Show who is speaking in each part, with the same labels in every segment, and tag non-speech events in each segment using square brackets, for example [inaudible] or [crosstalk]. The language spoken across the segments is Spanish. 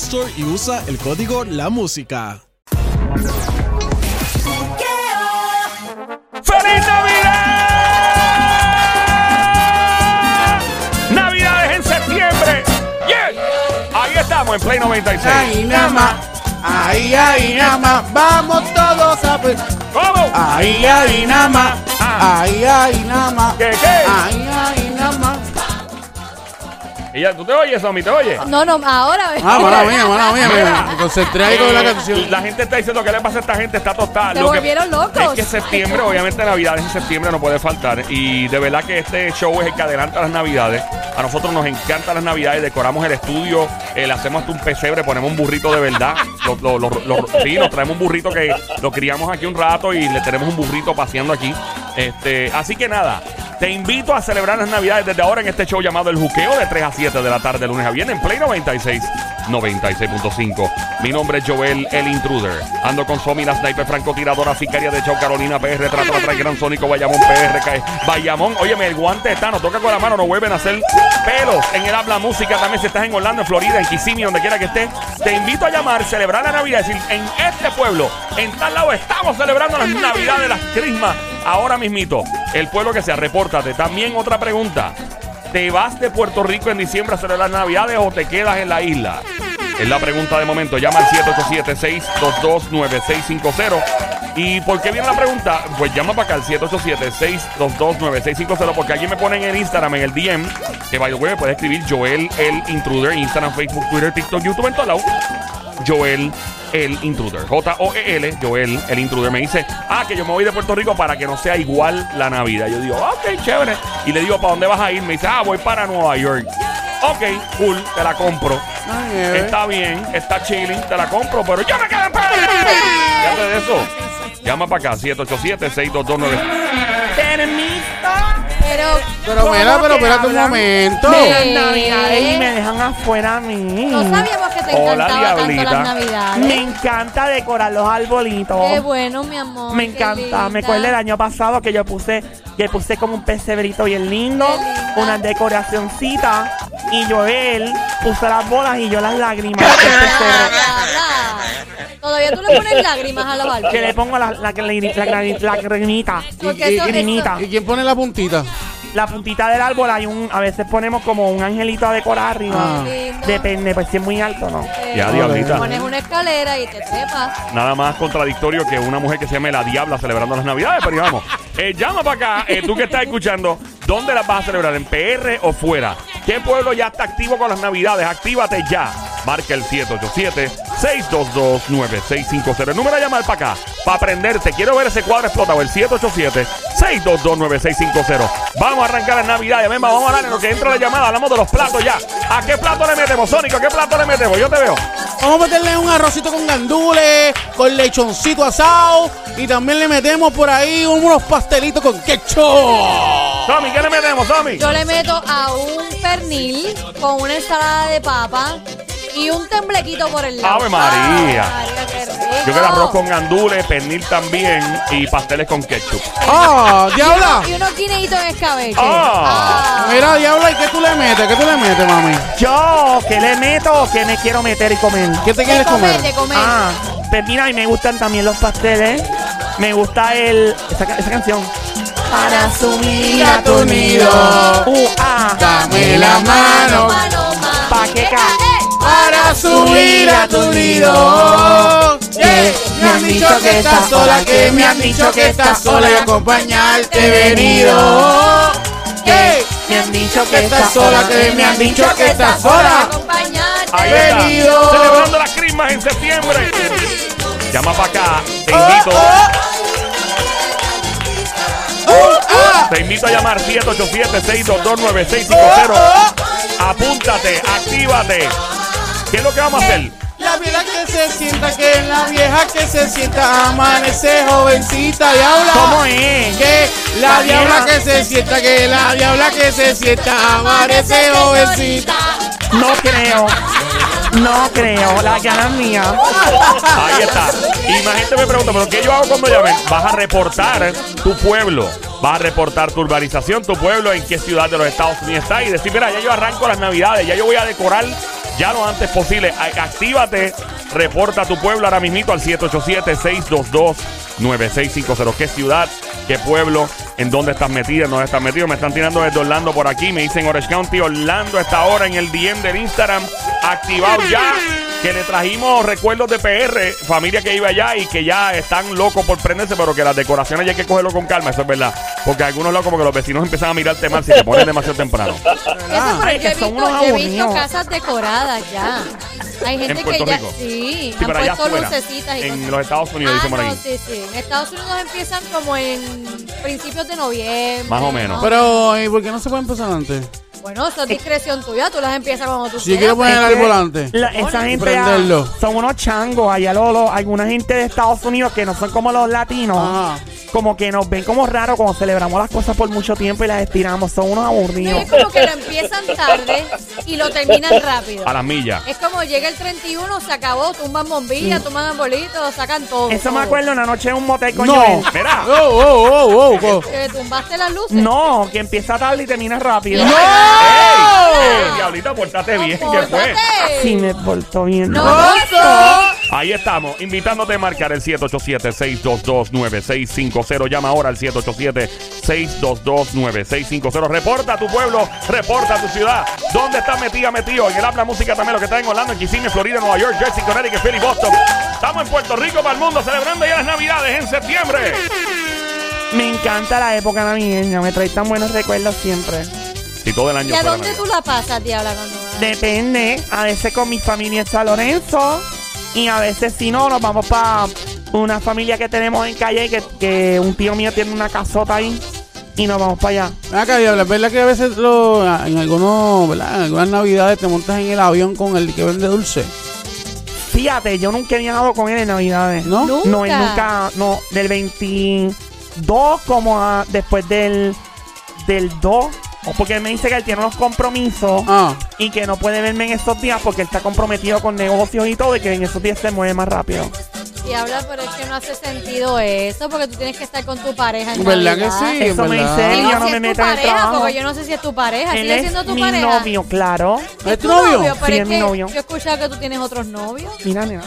Speaker 1: Store y usa el código La Música.
Speaker 2: ¡Feliz Navidad! ¡Navidades en septiembre! ¡Yeah! Ahí estamos en Play 96.
Speaker 3: Ahí nada más, ahí, ahí nada más, vamos todos a pe-
Speaker 2: ¿Cómo?
Speaker 3: Ahí, ahí nada más,
Speaker 2: Ah.
Speaker 3: ahí, ahí nada más,
Speaker 2: ¿Qué, qué?
Speaker 3: ahí, ahí nada más.
Speaker 2: Y ya, ¿Tú te oyes, Somi? ¿Te oyes?
Speaker 4: No, no, ahora.
Speaker 3: Ah, mala mía, mala mía, mira, Ah, me concentré ahí con la
Speaker 2: Eh,
Speaker 3: canción.
Speaker 2: La gente está diciendo que le pasa a esta gente, está tostada.
Speaker 4: Se
Speaker 2: Lo que-
Speaker 4: volvieron locos.
Speaker 2: Es que septiembre, obviamente Navidades en septiembre no puede faltar. Y de verdad que este show es el que adelanta las Navidades. A nosotros nos encantan las Navidades, decoramos el estudio, eh, le hacemos hasta un pesebre, ponemos un burrito de verdad. Lo- lo- lo- lo- sí, nos traemos un burrito que lo criamos aquí un rato y le tenemos un burrito paseando aquí. Este, así que nada. Te invito a celebrar las Navidades desde ahora en este show llamado El Juqueo de 3 a 7 de la tarde, lunes a viernes, en Play 96, 96.5. Mi nombre es Joel, el intruder. Ando con Somi, la sniper francotiradora, sicaria de Chau, Carolina PR, tras tras, tras, Gran Sónico, Bayamón PR, cae. Bayamón, óyeme, el guante está, nos toca con la mano, nos vuelven a hacer pelos en el habla música. También si estás en Orlando, en Florida, en Kissimmee, donde quiera que estés, te invito a llamar, celebrar la Navidad, es decir, en este pueblo, en tal lado, estamos celebrando las Navidades, las Crismas, ahora mismito. El pueblo que sea, repórtate. También otra pregunta. ¿Te vas de Puerto Rico en diciembre a celebrar Navidades o te quedas en la isla? Es la pregunta de momento. Llama al 787-622-9650. ¿Y por qué viene la pregunta? Pues llama para acá al 787-622-9650 porque alguien me ponen en Instagram, en el DM, que by the way me puede escribir Joel el Intruder en Instagram, Facebook, Twitter, TikTok, YouTube, en todo lado. Joel el Intruder. J-O-E-L, Joel el Intruder. Me dice, ah, que yo me voy de Puerto Rico para que no sea igual la Navidad. Yo digo, ok, chévere. Y le digo, ¿para dónde vas a ir? Me dice, ah, voy para Nueva York. Ok, cool, te la compro.
Speaker 3: Ay, eh,
Speaker 2: Está bien, está chilling, te la compro, pero yo me quedo en Puerto Rico. Fíjate de eso. Llama para acá, 787-6229.
Speaker 4: Pero.
Speaker 3: Pero mira, pero espérate un momento.
Speaker 4: Sí.
Speaker 5: Navidades y me dejan afuera a mí.
Speaker 4: No sabíamos que te
Speaker 2: Hola,
Speaker 4: encantaba tanto
Speaker 2: diablita.
Speaker 4: las navidades.
Speaker 5: Me encanta decorar los arbolitos.
Speaker 4: Qué bueno, mi amor.
Speaker 5: me
Speaker 4: qué
Speaker 5: encanta. Me
Speaker 4: linda.
Speaker 5: acuerdo el año pasado que yo puse, que puse como un pesebrito bien lindo,
Speaker 4: Qué linda.
Speaker 5: una decoracioncita. Y yo él puso las bolas y yo las
Speaker 4: [laughs]
Speaker 5: lágrimas. del
Speaker 4: Ya,
Speaker 5: pesebre.
Speaker 4: ya, ya. Todavía tú le pones lágrimas a los árboles.
Speaker 5: que le pongo la, la, grani- la grani- la granita,
Speaker 4: Porque
Speaker 3: Y- y-
Speaker 4: eso,
Speaker 5: grinita.
Speaker 4: eso-
Speaker 3: ¿Y quién pone la puntita?
Speaker 5: la puntita del árbol. Hay un, a veces ponemos como un angelito a decorar arriba.
Speaker 3: Ah.
Speaker 4: Qué lindo.
Speaker 5: Depende, pues si es muy alto, ¿no?
Speaker 4: eh,
Speaker 2: Ya, diablita.
Speaker 4: Pones una escalera y te trepas.
Speaker 2: Nada más contradictorio que una mujer que se llame La Diabla celebrando las Navidades, pero vamos. Eh, llama para acá, eh, tú que estás escuchando, ¿dónde las vas a celebrar? ¿En PR o fuera? ¿Qué pueblo ya está activo con las Navidades? Actívate ya. Marca el 787-622-9650. El número a llamar para acá, para aprenderte. Quiero ver ese cuadro explotado, el 787-622-9650. Vamos a arrancar las Navidades. Venga, vamos a hablar en lo que entra la llamada. Hablamos de los platos ya. ¿A qué plato le metemos, Sónico? ¿A qué plato le metemos? Yo te veo.
Speaker 3: Vamos a meterle un arrocito con gandules, con lechoncito asado y también le metemos por ahí unos pastelitos con ketchup.
Speaker 2: Tommy, ¿qué le metemos, Tommy?
Speaker 4: Yo le meto a un pernil con una ensalada de papa y un temblequito por el lado.
Speaker 2: Ave María.
Speaker 4: Ay, María, qué rico.
Speaker 2: Yo quiero
Speaker 3: Oh.
Speaker 2: arroz con gandules, pernil también y pasteles con ketchup.
Speaker 3: ¡Ah, diabla!
Speaker 4: Y unos guineitos en escabeche.
Speaker 2: Ah.
Speaker 4: Ah.
Speaker 3: Mira, diabla, ¿y qué tú le metes? ¿Qué tú le metes, mami?
Speaker 5: Yo, que le meto o que me quiero meter y comer?
Speaker 3: ¿Qué te
Speaker 4: De
Speaker 3: quieres
Speaker 4: comer, de
Speaker 3: comer?
Speaker 4: comer.
Speaker 5: Ah, pues mira, y me gustan también los pasteles. Me gusta el. Esa, ca- esa canción.
Speaker 4: Para subir
Speaker 3: a tu nido.
Speaker 5: Uh, ah.
Speaker 3: Dame la mano.
Speaker 4: Paloma,
Speaker 3: Mira tu nido. Yeah. Me han dicho que estás sola, que me han dicho que estás sola y acompañarte he venido. Eh, Yeah.
Speaker 6: Me han dicho
Speaker 3: que estás sola, que me han dicho que estás sola.
Speaker 4: Acompañarte.
Speaker 2: Ahí está.
Speaker 3: Bienvenido.
Speaker 2: Celebrando las crismas en septiembre. Llama para acá. Te
Speaker 3: Oh,
Speaker 2: invito.
Speaker 3: oh. Uh, ah.
Speaker 2: Te invito a llamar 787-622-9650.
Speaker 3: Oh,
Speaker 2: Apúntate, actívate. ¿Qué es lo que vamos a hacer?
Speaker 3: oh. La vieja que se sienta, que la vieja que se sienta, amanece jovencita, diabla.
Speaker 5: ¿Cómo es?
Speaker 3: Que la
Speaker 5: La
Speaker 3: diabla
Speaker 5: vieja.
Speaker 3: que se sienta, que la diabla que se sienta, amanece jovencita.
Speaker 5: No creo. No creo. La gana es mía.
Speaker 2: Ahí está. Y más gente me pregunta, ¿pero qué yo hago cuando llamen? Vas a reportar tu pueblo. Vas a reportar tu urbanización, tu pueblo, en qué ciudad de los Estados Unidos está. Y decir, mira, ya yo arranco las navidades, ya yo voy a decorar ya lo antes posible. A- Actívate, reporta tu pueblo ahora mismito al 787-622-9650. ¿Qué ciudad? ¿Qué pueblo? ¿En dónde estás metida? ¿En dónde estás metido? Me están tirando desde Orlando por aquí. Me dicen Orange County, Orlando está ahora en el DM del Instagram. Activado ya que le trajimos recuerdos de PR, familia que iba allá y que ya están locos por prenderse, pero que las decoraciones ya hay que cogerlo con calma, eso es verdad. Porque algunos locos, como que los vecinos empiezan a mirarte mal si te ponen demasiado
Speaker 4: [laughs]
Speaker 2: temprano.
Speaker 4: Eso, pero
Speaker 5: Ay,
Speaker 4: yo he
Speaker 5: que son
Speaker 4: visto,
Speaker 5: unos
Speaker 4: yo he visto
Speaker 5: aburridos.
Speaker 4: casas decoradas ya. Hay gente que
Speaker 2: Puerto
Speaker 4: ya
Speaker 2: Rico.
Speaker 4: sí,
Speaker 2: Sí,
Speaker 4: han
Speaker 2: pero allá
Speaker 4: puesto
Speaker 2: afuera,
Speaker 4: lucecitas y
Speaker 2: en
Speaker 4: cosas.
Speaker 2: los Estados Unidos,
Speaker 4: ah,
Speaker 2: dicen por
Speaker 4: no,
Speaker 2: ahí.
Speaker 4: sí, sí. En Estados Unidos empiezan como en principios de noviembre.
Speaker 2: Más o menos.
Speaker 3: Pero, ¿y por qué no se puede empezar antes?
Speaker 4: Bueno, eso es discreción tuya, tú las empiezas cuando tú
Speaker 3: Si yo quiero poner el
Speaker 5: Es que
Speaker 3: árbol antes.
Speaker 5: la- esa
Speaker 3: Y
Speaker 5: gente ah,
Speaker 3: Este prenderlo.
Speaker 5: son unos changos allá los, alguna gente de Estados Unidos que no son como los latinos.
Speaker 3: Ajá.
Speaker 5: Como que nos ven como raros cuando celebramos las cosas por mucho tiempo y las estiramos. Son unos
Speaker 4: No,
Speaker 5: aburridos.
Speaker 4: es como que lo empiezan tarde y lo terminan rápido.
Speaker 2: A las millas.
Speaker 4: Es como llega el 31, se acabó, tumban bombillas, tumban arbolitos, sacan todo.
Speaker 5: Eso me
Speaker 4: todo.
Speaker 5: acuerdo una noche en un motel con
Speaker 3: No.
Speaker 5: Joel.
Speaker 2: Mira.
Speaker 3: Oh, oh, oh, oh, oh.
Speaker 4: Que tumbaste las luces.
Speaker 5: No, que empieza tarde y termina rápido.
Speaker 4: No. ¡Oh!
Speaker 2: ¡Ey! ¡Ey, Diablita, portate bien, que fue.
Speaker 4: Compórtate.
Speaker 5: Sí, me portó bien.
Speaker 4: No,
Speaker 3: oh.
Speaker 5: mal.
Speaker 2: Ahí estamos, invitándote a marcar el 787-622-9650. Llama ahora al 787-622-9650. Reporta tu pueblo, reporta tu ciudad. ¿Dónde estás metida, metido? En el habla música también, lo que está en Orlando, en Kissimmee, Florida, Nueva York, Jersey, Connecticut, Philly, Boston. Estamos en Puerto Rico para el mundo, celebrando ya las Navidades en septiembre.
Speaker 5: Me encanta la época navideña. Me trae tan buenos recuerdos siempre.
Speaker 2: Y todo el año.
Speaker 4: ¿Y a
Speaker 2: fuera
Speaker 4: dónde
Speaker 2: Navidad.
Speaker 4: tú la pasas, Diabla, cuando vas?
Speaker 5: Depende. A veces con mi familia en San Lorenzo. Y a veces, si no, nos vamos para una familia que tenemos en calle. Que, que un tío mío tiene una casota ahí. Y nos vamos para allá.
Speaker 3: Ven Acá, diabla, es verdad que a veces lo- ah, en algunos, ¿verdad? En algunas navidades te montas en el avión con el que vende dulce,
Speaker 5: Fíjate, yo nunca he viajado con él en Navidades.
Speaker 3: ¿no?
Speaker 4: No.
Speaker 5: No, él
Speaker 4: Nunca.
Speaker 5: nunca. No, del 22 como a- después del, del 2. o Porque él me dice que él tiene unos compromisos.
Speaker 3: Ah,
Speaker 5: y que no puede verme en estos días porque él está comprometido con negocios y todo y que en esos días se mueve más rápido.
Speaker 4: Diabla, pero es que no hace sentido eso, porque tú tienes que estar con tu pareja en
Speaker 3: ¿verdad que
Speaker 4: Navidad.
Speaker 3: sí?
Speaker 5: Eso me
Speaker 3: ¿verdad?
Speaker 5: dice él
Speaker 4: Y
Speaker 5: y
Speaker 4: no,
Speaker 5: yo no
Speaker 4: si
Speaker 5: me
Speaker 4: es tu
Speaker 5: meto en el
Speaker 4: pareja,
Speaker 5: trabajo.
Speaker 4: porque yo no sé si es tu pareja.
Speaker 5: Él
Speaker 4: ¿Sigue siendo
Speaker 5: es
Speaker 4: tu
Speaker 5: mi
Speaker 4: pareja?
Speaker 5: novio, claro.
Speaker 4: ¿Es tu novio? Pero
Speaker 5: Sí,
Speaker 4: es
Speaker 5: es mi
Speaker 4: que
Speaker 5: novio.
Speaker 4: yo he escuchado que tú tienes otros novios.
Speaker 5: Mira, nena.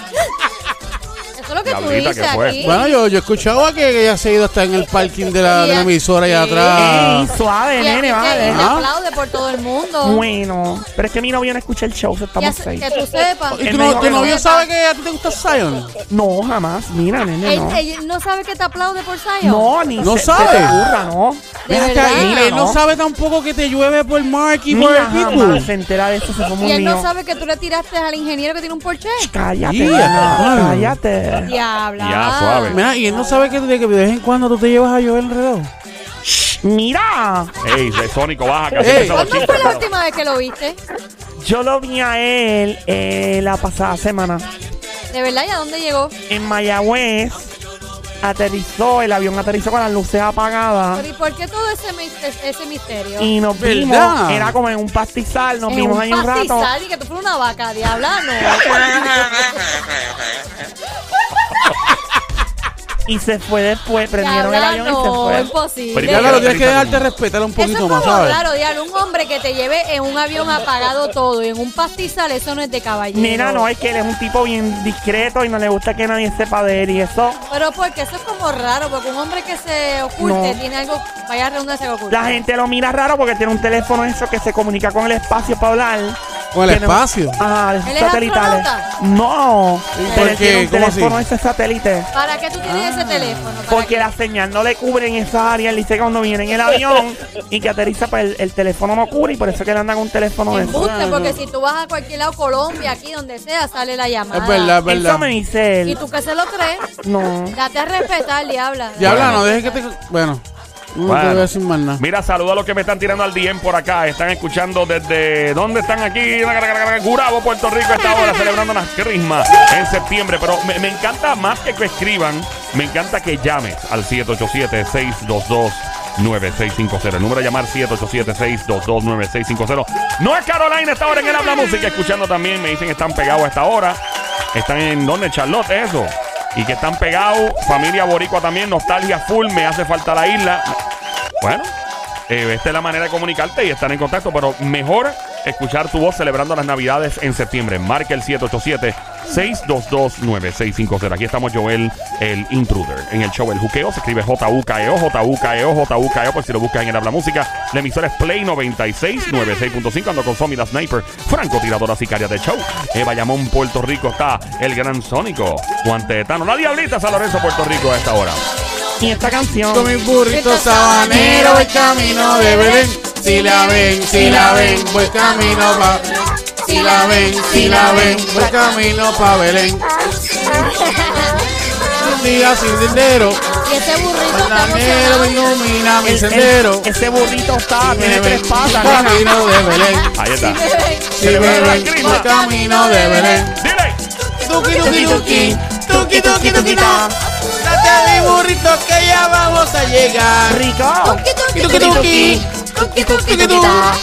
Speaker 4: Eso es lo que tú
Speaker 2: Diablita,
Speaker 4: dices
Speaker 2: ¿qué fue?
Speaker 4: aquí.
Speaker 3: Bueno, yo, yo escuchaba que ella se ha ido hasta en el parking de la, de la emisora allá
Speaker 5: Ey,
Speaker 3: atrás.
Speaker 5: suave,
Speaker 4: Ah. y aquí
Speaker 5: nene,
Speaker 4: se- se,
Speaker 5: vale.
Speaker 3: Ah.
Speaker 4: aplaude por todo el mundo.
Speaker 5: Bueno, pero es que mi novio no escucha el show, so
Speaker 4: Y
Speaker 5: estamos
Speaker 4: hace-
Speaker 5: seis.
Speaker 4: que tú sepas.
Speaker 3: ¿Y
Speaker 5: Él
Speaker 3: tu,
Speaker 5: me
Speaker 3: no-
Speaker 5: dijo
Speaker 3: tu
Speaker 5: que no.
Speaker 3: novio sabe que a ti te gusta Zion?
Speaker 5: No, jamás. Mira, nene,
Speaker 4: Él-
Speaker 5: no.
Speaker 4: él no sabe que te aplaude por Zion.
Speaker 5: No, ni
Speaker 3: No
Speaker 5: se, se
Speaker 3: sabe.
Speaker 5: te ocurra, no.
Speaker 4: De
Speaker 3: Ven
Speaker 4: verdad.
Speaker 3: acá, y él no
Speaker 5: no.
Speaker 3: sabe tampoco que te llueve por Mark y por
Speaker 5: Mira,
Speaker 3: el Pitbull.
Speaker 5: jamás se entera de eso, se fue
Speaker 4: Y
Speaker 5: muy
Speaker 4: él no
Speaker 5: mío.
Speaker 4: sabe que tú le tiraste al ingeniero que tiene un Porsche.
Speaker 5: Cállate,
Speaker 3: Ya,
Speaker 5: nena,
Speaker 3: claro.
Speaker 5: cállate.
Speaker 4: Diabla.
Speaker 2: Ya, suave.
Speaker 3: Mira, y él no sabe que de, que de vez en cuando tú te llevas a llover enredado.
Speaker 5: Shh, Mira,
Speaker 2: Ey, de Sónico, baja, que así
Speaker 3: Ey.
Speaker 2: empiezan los
Speaker 4: ¿Cuándo fue
Speaker 2: chistes,
Speaker 4: la
Speaker 2: pero-
Speaker 4: última vez que lo viste?
Speaker 5: yo lo vi a él eh, la pasada semana.
Speaker 4: ¿De verdad? ¿Y a dónde llegó?
Speaker 5: en Mayagüez aterrizó, el avión aterrizó con las luces apagadas
Speaker 4: Pero, ¿Y por qué todo ese, mis- ese misterio?
Speaker 5: Ah. y nos vimos,
Speaker 3: ¿Verdad?
Speaker 5: era como en un pastizal, nos
Speaker 4: En
Speaker 5: vimos
Speaker 4: un
Speaker 5: ahí un rato.
Speaker 4: pastizal y que tú fueras una vaca, diabla, no.
Speaker 5: Y se fue después, [laughs] prendieron el
Speaker 4: diabla,
Speaker 5: avión
Speaker 4: no,
Speaker 5: y se fue.
Speaker 4: imposible.
Speaker 2: Pero
Speaker 3: Ya,
Speaker 2: y
Speaker 3: claro, tienes que
Speaker 2: Aterriza
Speaker 3: dejarte
Speaker 2: con-
Speaker 3: respetar un
Speaker 4: Eso es
Speaker 3: poquito
Speaker 4: como
Speaker 3: más, ¿sabes?
Speaker 4: raro, diablo, un hombre que te lleve en un avión apagado todo y en un pastizal, eso no es de caballero.
Speaker 5: Mira, no, es que él es un tipo bien discreto y no le gusta que nadie sepa de él y eso.
Speaker 4: Pero porque eso es como raro, porque un hombre que se oculte
Speaker 5: No.
Speaker 4: tiene algo, vaya redundancia que oculta.
Speaker 5: La gente lo mira raro porque tiene un teléfono eso que se comunica con el espacio para hablar
Speaker 3: Con el
Speaker 5: Tenemos-
Speaker 3: espacio.
Speaker 5: Ah, de
Speaker 4: ¿Él
Speaker 5: esos
Speaker 4: es
Speaker 5: satelitales.
Speaker 4: astronauta?
Speaker 5: No. Pero
Speaker 3: por
Speaker 5: él tiene
Speaker 3: qué?
Speaker 5: un
Speaker 3: ¿Cómo
Speaker 5: teléfono
Speaker 3: así?
Speaker 5: ese satélite.
Speaker 4: ¿Para qué tú tienes
Speaker 3: Ah,
Speaker 4: ese teléfono? ¿Para
Speaker 5: Porque
Speaker 4: qué?
Speaker 5: la señal no le cubre en esa área. Él dice que cuando viene en el avión y que aterriza, pues el, el teléfono no cubre y por eso es que le anda con un teléfono de eso.
Speaker 4: Embuste, porque si tú vas a cualquier lado, Colombia, aquí, donde sea, sale la llamada.
Speaker 3: Es verdad, es
Speaker 5: Eso
Speaker 3: verdad.
Speaker 5: me dice
Speaker 4: Y
Speaker 5: él.
Speaker 4: tú que se lo crees,
Speaker 5: No.
Speaker 4: date a respetar, diabla.
Speaker 3: Diabla, no dejes que te. Bueno, no te voy a
Speaker 2: Bueno.
Speaker 3: decir más nada.
Speaker 2: Mira, saluda a los que me están tirando al DM por acá. Están escuchando desde. ¿Dónde están aquí? Gurabo, Puerto Rico, a esta hora celebrando las crismas en septiembre. Pero me, me encanta más que que escriban, me encanta que llames al 787-622-9650. El número de llamar 787-622-9650. No es Carolina, a esta hora en el habla música. Escuchando también, me dicen que están pegados a esta hora. Están en donde Charlotte, ¿es eso. Y que están pegados. Familia Boricua también, nostalgia full. Me hace falta la isla. Bueno, eh, esta es la manera de comunicarte y estar en contacto, pero mejor escuchar tu voz celebrando las Navidades en septiembre. Marca el 787-622-9650. Aquí estamos Joel, el intruder. En el show El Juqueo se escribe J-U-K-E-O, J-U-K-E-O, J-U-K-E-O, E por si lo buscas en el Habla Música. La emisora es Play 96, 96.5. Ando con Somi, la sniper, francotiradora sicaria de show. Eh, Bayamón, Puerto Rico está el gran sónico, Juan Tetano. La diablita San Lorenzo, Puerto Rico a esta hora.
Speaker 5: Y esta
Speaker 3: Con
Speaker 5: canción.
Speaker 3: mi burrito sabanero voy camino de Belén. Si la ven, si la ven, voy camino pa. Si la ven, si la ven, voy camino pa Belén. Un día sin sendero,
Speaker 4: Y ese burrito está
Speaker 3: bananero me
Speaker 4: emocionado.
Speaker 3: ilumina mi
Speaker 5: el-
Speaker 3: sendero.
Speaker 5: el- ese burrito está,
Speaker 3: Si me
Speaker 5: tiene tres
Speaker 3: ven,
Speaker 5: patas. nena.
Speaker 3: Camino de Belén.
Speaker 2: Ahí
Speaker 4: Sí,
Speaker 2: está.
Speaker 4: bebé.
Speaker 3: Si me ven, voy camino de Belén.
Speaker 2: ¡Dile!
Speaker 3: Tuki, tuki, tuki, tuki, tuki, tuki, ta. Date a mi burrito que ya vamos a llegar.
Speaker 5: Rico.
Speaker 4: Tuki, tuki,
Speaker 3: Tuki, tuki,
Speaker 4: tuki, tuki, tuki,
Speaker 3: tuki,
Speaker 4: ta.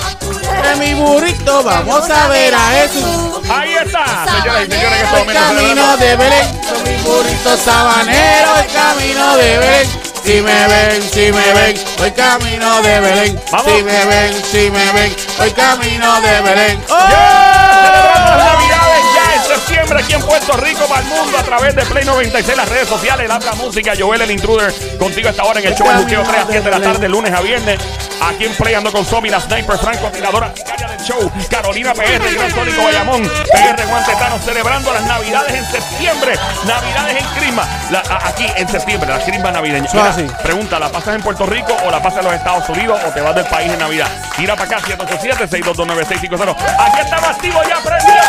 Speaker 3: De mi burrito vamos a ver a Jesús.
Speaker 2: Ahí está, señoras y señores, en este
Speaker 3: El
Speaker 2: momento
Speaker 3: camino
Speaker 2: celebramos.
Speaker 3: de Belén, con mi burrito sabanero, el camino de Belén. Si me ven, si me ven, voy camino de Belén.
Speaker 2: Vamos.
Speaker 3: Si me ven, si me ven, voy camino de Belén.
Speaker 2: Celebramos las Navidades ya en septiembre aquí en Puerto Rico para el mundo a través de Play 96, las redes sociales, la Habla música, Joel el Intruder, contigo a esta hora en el show El Juqueo 3 a 7 de la tarde, lunes a viernes, aquí en Play ando con Somi, la Sniper Franco, tiradora sicaria del show, Carolina PR, Gran Sónico Bayamón, PR Guantetano, celebrando las Navidades en septiembre, Navidades en Crisma, la- a- aquí en septiembre, la Crisma navideña.
Speaker 3: Eso
Speaker 2: Mira,
Speaker 3: así.
Speaker 2: Pregunta, ¿la pasas en Puerto Rico o la pasas en los Estados Unidos o te vas del país en Navidad? Tira para acá, 787-622-9650. Aquí estamos activos ya, ¡Eh! prendidos.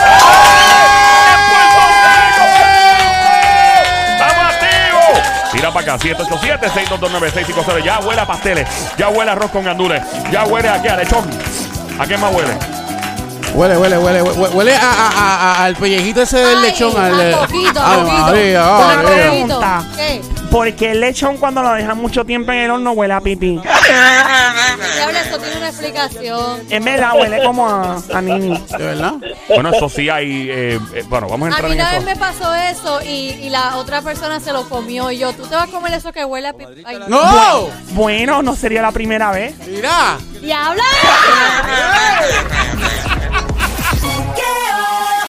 Speaker 2: ¡Vamos activos! Tira para acá, 787-622-9650. Ya huele a pasteles, ya huele a arroz con gandules, ya huele aquí a lechón. ¿A qué más huele?
Speaker 3: Huele, huele, huele, huele, huele a, a- a- a- al pellejito ese del
Speaker 4: Ay,
Speaker 3: lechón.
Speaker 4: a
Speaker 3: Al,
Speaker 4: poquito, a
Speaker 3: Ay,
Speaker 4: poquito.
Speaker 3: Ah, María, ah,
Speaker 5: Una
Speaker 3: María.
Speaker 5: pregunta.
Speaker 4: ¿Qué?
Speaker 5: Porque el lechón cuando lo dejan mucho tiempo en el horno huele a pipí.
Speaker 4: Diabla, esto tiene una explicación.
Speaker 5: Es verdad, huele como a, a nini.
Speaker 3: ¿De verdad?
Speaker 2: Bueno, eso sí hay... eh, eh, bueno, vamos a
Speaker 4: A
Speaker 2: entrar
Speaker 4: mí
Speaker 2: en
Speaker 4: una vez
Speaker 2: eso.
Speaker 4: me pasó eso y, y la otra persona se lo comió y yo, tú te vas a comer eso que huele a pi- Ay,
Speaker 3: ¡No! [laughs]
Speaker 5: Bueno, no sería la primera vez.
Speaker 3: ¡Mira!
Speaker 4: ¡Diabla!